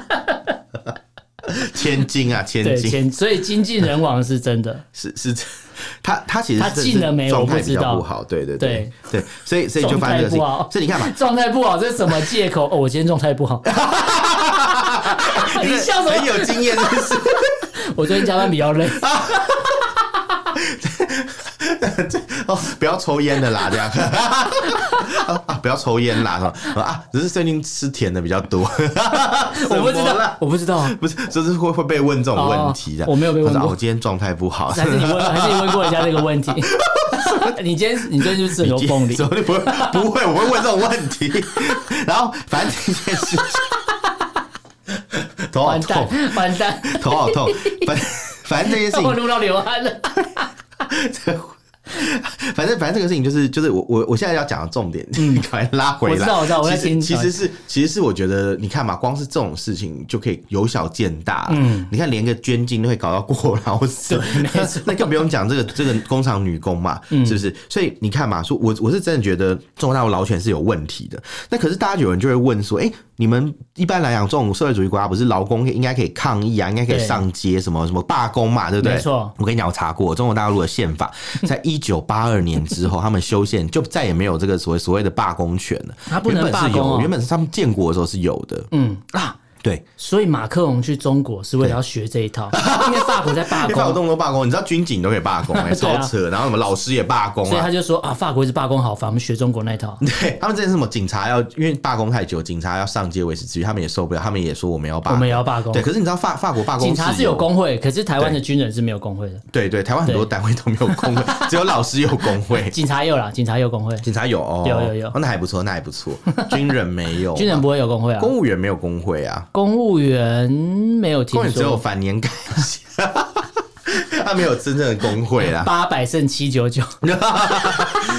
千金啊，千
对，
金，
前所以精尽人亡是真 的。
是是这，他他其实
他
是
进了没
是
我
状
不
态
知
比较
道
不好，对对对对，所以所以就
状
发生
态
这个事
不
情
好，，
所以你看嘛，
状态不好，这是什么借口？哦，我今天状态不 好。你笑什
很
么？
有经验，真是。
我昨天加班比较累。
啊哦，不要抽烟的啦，这样。 啊啊，不要抽烟啦，什么啊？只是最近吃甜的比较多。
我
我
不知道，我不知道啊。
不是，就是会会被问这种问题的。
哦我没有被问过
他说啊我今天状态不好，
还是你问，还是你问过人家这个问题？你今天你最近是不是吃很多凤梨？
怎么你不会不会，我会问这种问题。 然后反正这件事情，头好
完蛋
痛，，
完蛋，
头好痛。反反正这件事
我
情，
录到流汗了。
反正反正这个事情就是就是我我我现在要讲的重点， 嗯，快拉回来。
我知道我知道我在
其实
听
其实是其实是我觉得你看嘛，光是这种事情就可以由小见大。嗯，你看连个捐精都会搞到过劳死， 那更不用讲这个这个工厂女工嘛，
嗯
是不是？所以你看嘛，说我我是真的觉得中国大陆劳权是有问题的。那可是大家有人就会问说，哎、你们一般来讲这种社会主义国家不是劳工应该可以抗议啊，应该可以
对
上街什么什么罢工嘛，对不对？
没错
我跟你讲，我查过中国大陆的宪 法，在一九八二年之后，他们修宪就再也没有这个所谓所谓的罢工权了。
他不能
原本是
罢工
有，
哦
原本是他们建国的时候是有的。
嗯啊，
对，
所以马克龙去中国是为了要学这一 套，因为法国在罢
因为法国
工，
动作罢工，你知道军警都可以 罢工、哎，
对
超
啊
扯。然后什么老师也罢工
所以
啊
他。就说啊，法国一直罢工好烦，我们学中国那一套。
对他们之前是什么警察要因为罢工太久，警察要上街维持秩序，他们也受不了，他们也说我们要罢
我
工
们也。要罢工
对，。可是你知道法法国罢工
警察是有工会，可是台湾的军人是没有工会的。
对对，台湾很多
对
单位都没有工会， 只有老师有工会，
警察也有啦，警察也有工会，
警察有哦，
有有有
哦那还不错，那还不 错。军人没有，
军人不会有工会啊。
公务员没有工会啊。
公务员没有听
工人只有
说，
反年改写，他没有真正的工会啦，
八百胜七九 九，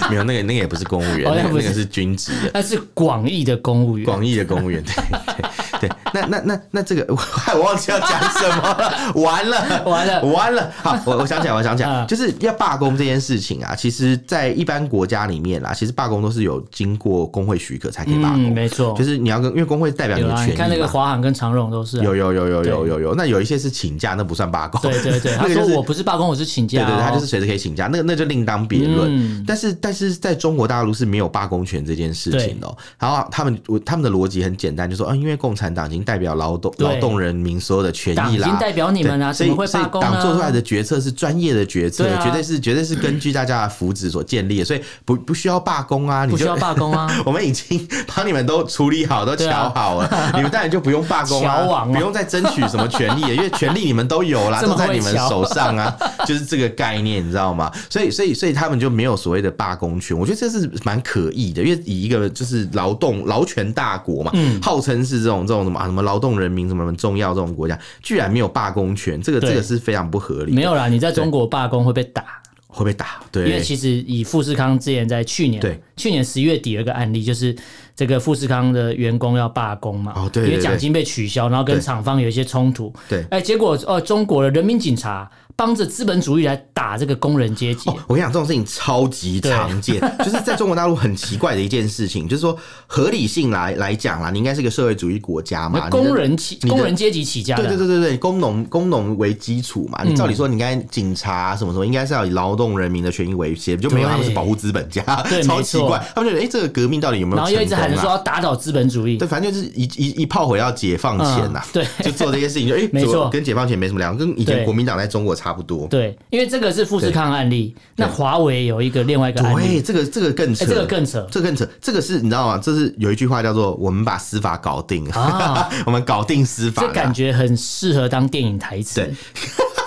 没有那个那个也不是公务员，
哦
那
那
个
不
那
是
个是军职的。
那是广义的公务员。
广义的公务员，对对对，那那那那这个， 我还忘记要讲什么了，完了
完了
完了，好，我我想起来，我想起来，
嗯
就是要罢工这件事情啊，其实，在一般国家里面啊啦，其实罢工都是有经过工会许可才可以罢
嗯，
工，
没错，
就是你要跟，因为工会代表你
有
的
啊。
权益
你
嘛。
看那个华航跟长荣都是啊。
有有有有有
对
有有，那有一些是请假，那不算罢工。
对 对对，
那
他
个就
说
是
我不是罢工，我是请假
对
哦。
对对，他就是随时可以请假，那个那就另当别论。
嗯
但是但是在中国大陆是没有罢工权这件事情的哦、然后他们我他们的逻辑很简单，就说啊，因为共产党已经代表劳动
对
劳动人民所有的权
党
益
已经
啦。
代表你们啦，
对所
怎
以
么会
所以
罢工
党
呢？
做出来的决策是专业的决策，
对啊
绝对是绝对是根据大家的福祉所建立的，所以不不需要罢工啊，你
不需
就
要罢工啊。
我们已经帮你们都处理好，都
对啊
瞧好了，你们当然就不用罢工啊，
瞧网啊
不用再争取什么权利了，因为权利你们都有啦，
这
都
么会
在你们手上 啊，就是这个概念，你知道吗？所以，所以，所以他们就没有所谓的罢工权，我觉得这是蛮可疑的，因为以一个就是劳动劳权大国嘛，
嗯
号称是这种这种什么、啊、什么劳动人民什么什么重要这种国家，居然没有罢工权，这个
对
这个是非常不合 理的，
没有啦，你在中国罢工会被打，
会被打，
因为
对，
其实以富士康之前在去年，
对，
去年十月底有一个案例，就是这个富士康的员工要罢工嘛，
哦对
因为
对
奖
对
金被取消，然后跟
对
厂方有一些冲突，
对
哎，结果哦，中国的人民警察帮着资本主义来打这个工人阶级
哦，，我跟你讲，这种事情超级常 见，就是在中国大陆很奇怪的一件事情，就是说合理性来来讲啦，你应该是个社会主义国家嘛，
那
你的
工。人啊起
你的
工人阶级起家的，
对对对对对，工农工农为基础嘛，
嗯
你照理说你应该警察什么什么，应该是要以劳动人民的权益为先，就没有
对
他们是保护资本家
对，
超
没
奇
错
怪，他们觉得哎、这个革命到底有没有
然后
成功、啊？
又一直喊着说要打倒资本主义
对，，反正就是一一一炮回到解放前呐、
嗯对
就做这些事情，就哎，
没错
怎么跟解放前没什么两样，跟以前
对
国民党在中国差不多。
对，因为这个是富士康案例，那华为有一个另外一个案例，
对，这个这个更扯，
哎，这个更扯，
这更扯，这个是你知道吗？这是有一句话叫做“我们把司法搞定了”，
啊
我们搞定司法
这
了。
感觉很适合当电影台词，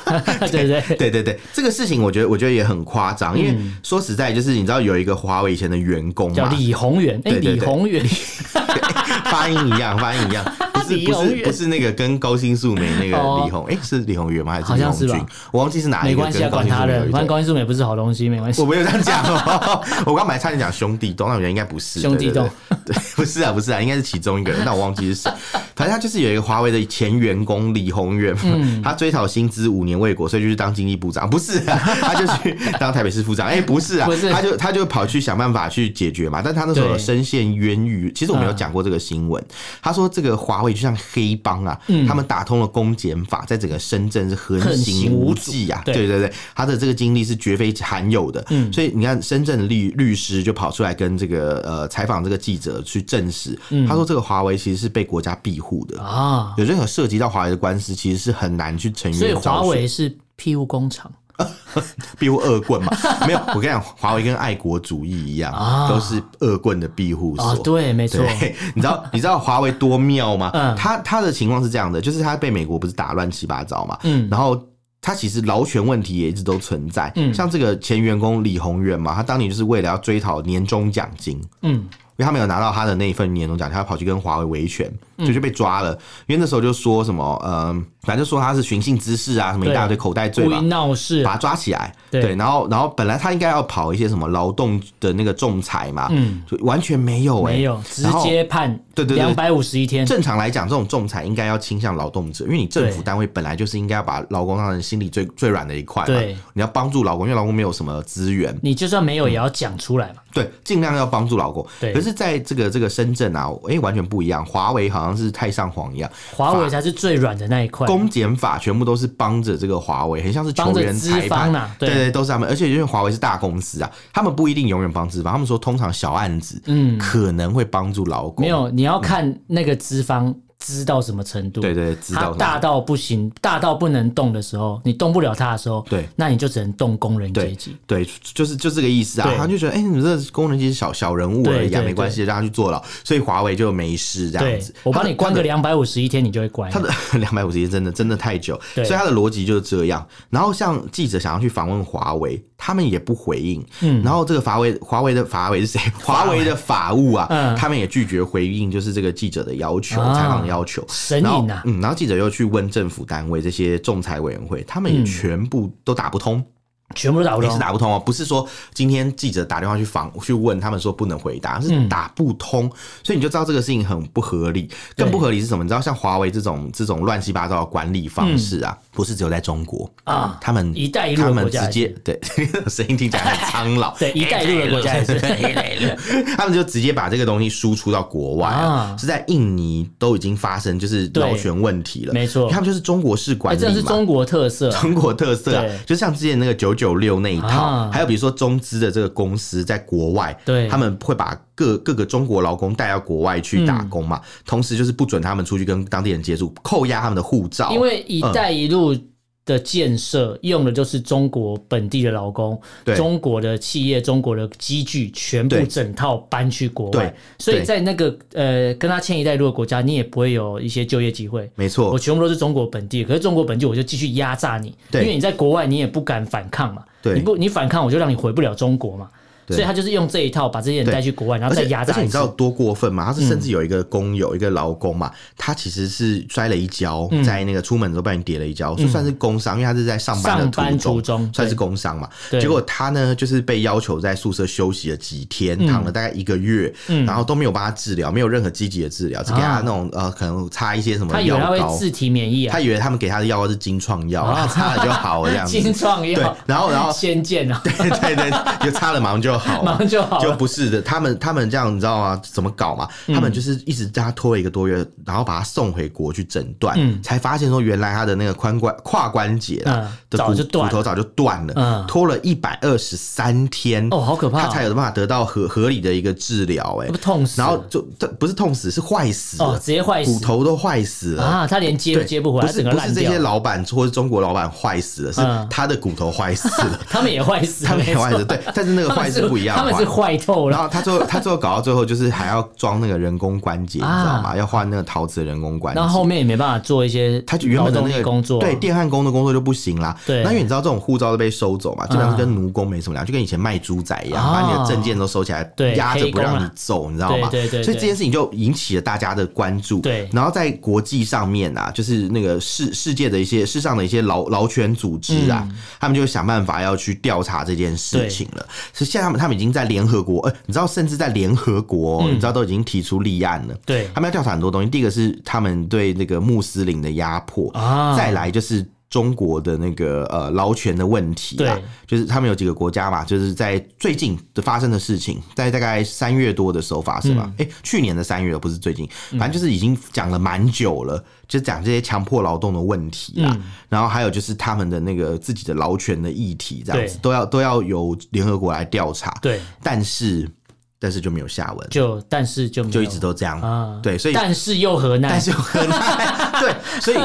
啊对
对不对？嗯
对对对，这个事情我觉得我觉得也很夸张，因为说实在，就是你知道有一个华为以前的员工
叫
嘛，
李宏源，哎，
对对对
李宏源，
发音一样，发音 一样，不是
李
不
宏
是
源
不是那个跟高新素梅那
哦
个李红，哎，是李红源吗？还是
好
李
像
红
是吧
军？我忘记是哪一
没
个
关系啊，
哎跟高
管
新素
他
梅有
的，
一
反
段。
正高音素美不是好东西，没关系
我。没有这样讲哦， 我刚才差点讲兄弟洞，那我觉得应该不是
兄弟洞，
对对对对，不是啊，不是啊，应该是其中一个人， 但我忘记是谁。反正他就是有一个华为的前员工李宏源，
嗯
他追讨薪资五年未果，所以就去当经济部长，不是啊， 他就去当台北市副长，哎、不是啊，
不是
他就他就跑去想办法去解决嘛。但他那时候有
对嗯
深陷冤狱，其实我们有讲过这个新闻，他说这个华为就像黑帮啊，
嗯
他们打通了公检法，在整个深圳是横
横
行
行
无
无
忌啊，
对
对对对，他的这个经历是绝非罕有的。嗯，所以你看，深圳的律律师就跑出来跟这个呃采访这个记者去证实，他说这个华为其实是被国家庇护的，
嗯啊，
有任何涉及到华为的官司，其实是很难去成
所以
员
华
昭雪
为是庇护工厂，
庇护恶棍嘛。没有，我跟你讲，华为跟爱国主义一样，
啊
都是恶棍的庇护所。
啊，对，没错，
对， 你知道你知道华为多妙吗？
嗯
他他的情况是这样的，就是他被美国不是打乱七八糟嘛，
嗯
然后。他其实劳权问题也一直都存
嗯
在，像这个前员工李宏源嘛，他当年就是为了要追讨年终奖金，
嗯，
因为他没有拿到他的那一份年终奖金，他跑去跟华为维权，
嗯
就就被抓了。因为那时候就说什么，嗯、反正就说他是寻衅滋事啊，什么一大堆口袋罪
故
吧
意。闹事
把，他抓起来，
对
对，然后然后本来他应该要跑一些什么劳动的那个仲裁嘛，
嗯，
就完全没有、欸，
没有直
然后
接判
对对对
两百五十一天，
正常来讲，这种仲裁应该要倾向劳动者，因为你政府
对
单位本来就是应该要把劳工当成心里最最软的一块嘛
对，
你要帮助劳工，因为劳工没有什么资源，
你就算没有也要讲出来嘛，
对，尽量要帮助劳工。
对
可是在这个这个深圳啊，哎、完全不一样，华为好像是太上皇一样，
华为才是最软的那一块，
嗯公检法全部都是帮着这个华为，很像是球
帮着
员
资
裁判
方。啊，
对对，都是他们，而且因为华为是大公司啊，他们不一定永远帮资方，他们说通常小案子，
嗯
可能会帮助劳工。
没，有，你要看那个资方资到什么程度。
对对，知
他
道
大到不行，大到不能动的时候，你动不了他的时候，
对，
那你就只能动工人阶级。
对，就是就这个意思啊。
对
他就觉得，哎、你们这工人其实小小人物而已
对
啊，
对
没关系，让他去坐牢，所以华为就没事这样
对
子，。
我帮你关个
他的。
两百五十一天，你就会乖。
他的 两百五十天真的真的太久，所
对
以他的逻辑就是这样。然后像记者想要去访问华为，他们也不回应。
嗯
然后这个华为华为的华为是谁？ 华为的法务啊，
嗯
他们也拒绝回应，就是这个记者的要求，
啊
采访的要求。
神
然后
隐啊，
嗯，然后记者又去问政府单位这些仲裁委员会，他们也
嗯
全部都打不通。
全部都打不
也是
通。
打不通哦，不是说今天记者打电话去访去问他们说不能回答，是
嗯
打不通，所以你就知道这个事情很不合理。更不合理是什么？你知道像华为这种这种乱七八糟的管理方式啊，不是只有在中国
嗯啊
他们
一带一路
他
的
们
国
直
家
接哎对 声音听起来很苍老，
对，一带一路的国家 也是。
他们就直接把这个东西输出到国外啊，
啊
是在印尼都已经发生就是
对
劳权问题了，
没错
他们就是中国式管
哎，
理嘛，
这是中国特色 啊。
中国特色、啊
对，
就像之前那个九九六那一套，
啊
还有比如说中资的这个公司在国外，
对
他们会把各各个中国劳工带到国外去打工嘛，
嗯
同时就是不准他们出去跟当地人接触，扣押他们的护照，
因为“一带一路”的建设用的就是中国本地的劳工
对、
中国的企业、中国的机具，全部
对
整套搬去国
对
外，所以
对
在那个呃跟他签“一带一路”的国家，你也不会有一些就业机会。
没
我
错，嗯
全部都是中国本地的，可是中国本地我就继续压榨你，因
对
为你在国外你也不敢反抗嘛，
对
你不你反抗我就让你回不了中国嘛，
对
所以他就是用这一套把这些人
对
带去国外，然
而
后再
且
压
而
榨
且
一
你知
次嗯
道多过分吗？他是甚至有一个工友，一个劳工嘛，他其实是摔了一跤，
嗯
在那个出门的时候不小心跌了一跤，就算是工伤，因为他是在上班的
上班
途中
途中，
算是
对
工伤嘛。
对
结果他呢，就是被要求在宿舍休息了几天，躺了
嗯
大概一个月，然后都没有帮他治疗，没有任何积极的治疗，只给他
啊
那种呃，可能擦一些什么
他以
药
为他
膏
会。自体免疫啊啊
他，以为他们给他的药膏是金创药，然后擦了就好了这样子。
金创
对
药，，
然后然后
仙剑啊，
对对对，就擦了马上就好了，
马上就好了嗯
就不是的，他们他们这样你知道吗？怎么搞嘛？他们就是一直让他拖了一个多月，然后把他送回国去诊断，
嗯
才发现说原来他的那个髋关胯关节啊、
嗯
的
早
骨
就断
骨头早就断了，
嗯
拖了一百二十三天
哦，好可怕哦、
他才有办法得到合合理的一个治疗、哎
不，痛死了，
然后就这不是痛死，是坏死了，
哦，直接坏
骨
死
头都坏死了。
啊，他连接都
对，
接不回
不
来，他
是
整个
不是
烂
这些
掉，
老板或是中国老板坏死了，是
嗯
他的骨头坏死了。
他们也坏死 了，
他们也坏
没
的，
错
对，但是那个坏是不一样
他
的
们
坏
是。坏透
然
了，
后他最后他最后搞到最后就是还要装那个人工关节，你知道吗？要换那个陶瓷的人工关节
啊然。后后面也没办法做一些
他就原
劳
本的
动
那
力
个
工作，啊
对电焊工的工作就不行啦。
对
那因为你知道这种护照都被收走嘛，基本上跟奴工没什么两样，就跟以前卖猪仔一样，
啊
把你的证件都收起来，
对
压着不
黑
让
工
你
啊
走，你知道吗？
对对对对
所以这件事情就引起了大家的关注。
对
然后在国际上面啊，就是那个世世界的一些世上的一些劳劳权组织啊，
嗯
他们就想办法要去调查这件事情了。所以现在他们他们已经在联合国，呃，你知道，甚至在联合国哦，你知道都已经提出立案了。
嗯对
他们要调查很多东西，第一个是他们对那个穆斯林的压迫，
啊，
再来就是中国的那个呃劳权的问题啊
对，
就是他们有几个国家嘛，就是在最近的发生的事情，在大概三月多的时候发生
嗯
嘛，哎、去年的三月不是最近，反正就是已经讲了蛮久了，就讲这些强迫劳动的问题啦，
嗯
然后还有就是他们的那个自己的劳权的议题，这样子
对
都要都要由联合国来调查，
对，
但是但是就没有下文，
就但是就没有
就一直都这样，
啊
对，所以
但是又何奈
但？是又很爱对，所以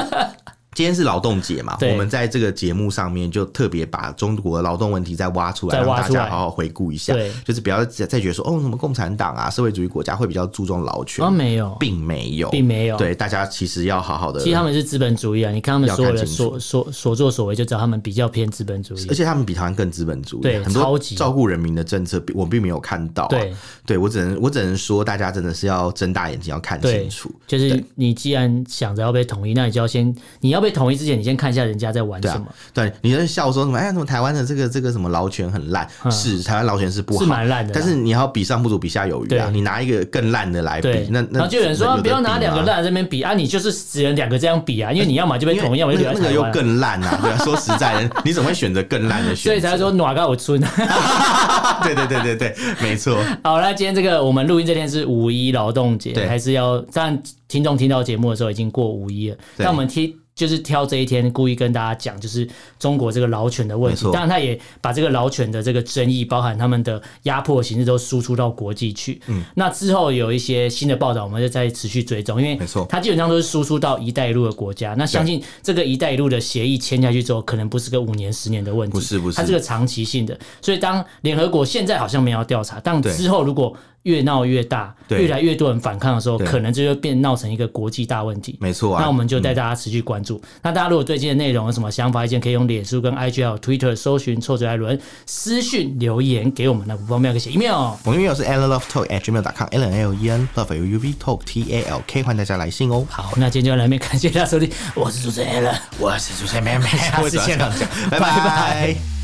今天是劳动节嘛，
对
我们在这个节目上面就特别把中国的劳动问题再挖出来，
再
让
挖
大
出来
家好好回顾一下
对，
就是不要再再觉得说哦，什么共产党啊，社会主义国家会比较注重劳权，
啊没有，
并没有，
并没有。，
对，大家其实要好好的
其实，他们是资本主义啊，你看他们
要
所有
看
的
清
所所所作所为，就知道他们比较偏资本主义
而。且他们比台湾更资本主义，啊
对
很多
超级
照顾人民的政策，我并没有看到、啊。
对，
对我只能我只能说，大家真的是要睁大眼睛，要看
对
清楚。
就是
对
你既然想着要被统一，那你就要先你要被统一之前，你先看一下人家在玩
对
什
啊
么，，
对，你在笑说什么？哎，什么台湾的这个这个什么劳权很烂，
嗯
是台湾劳权是不好，
是蛮烂的啦。
但是你要比上不足，比下有余啊！
啊对
你拿一个更烂的来
对
比，，那那
然后就有人说啊
得
不要
比
拿两个
吗。
烂在这边比啊，你就是只能两个这样比啊，因为你要么就被
因为
统一，要么就留
那
在
那个
台
又
湾啊。
更烂 啊！对啊，说实在的，你怎么会选择更烂的选择？
所以才说暖到我啊村。
对对对对对，没错，
好，那今天这个我们录音这天是五一劳动节，
对
还是要当然听众听到节目的时候已经过五一了，
对
但我们听。就是挑这一天，故意跟大家讲，就是中国这个劳权的问
没
题。
错
当然，他也把这个劳权的这个争议，包含他们的压迫形式，都输出到国际去。嗯，那之后有一些新的报道，我们就再持续追踪，因为
没错
它基本上都是输出到“一带一路”的国家。那相信这个“一带一路”的协议签下去之后，可能不是个五年、十年的问题，
不是不是
它这个长期性的。所以，当联合国现在好像没有要调查，但
对
之后如果越闹越大，
对
越来越多人反抗的时候，
对
可能这就变闹成一个国际大问题。
没错啊。嗯
那我们就带大家持续关注。那大家如果对今天的内容有什么想法、意见，可以用脸书跟 IG 还有 Twitter 搜寻“臭嘴艾伦”，私讯留言给我们。那不方便可以写 email。
我们 email 是 allenlovetalk@gmail.com，a l l n l e n love l u v talk t a l k，欢迎大家来信哦。
好，那今天就到这边，感谢大家收听，我是主持人 a l n
我是主持人妹妹，
下次见了
拜
拜
拜
拜。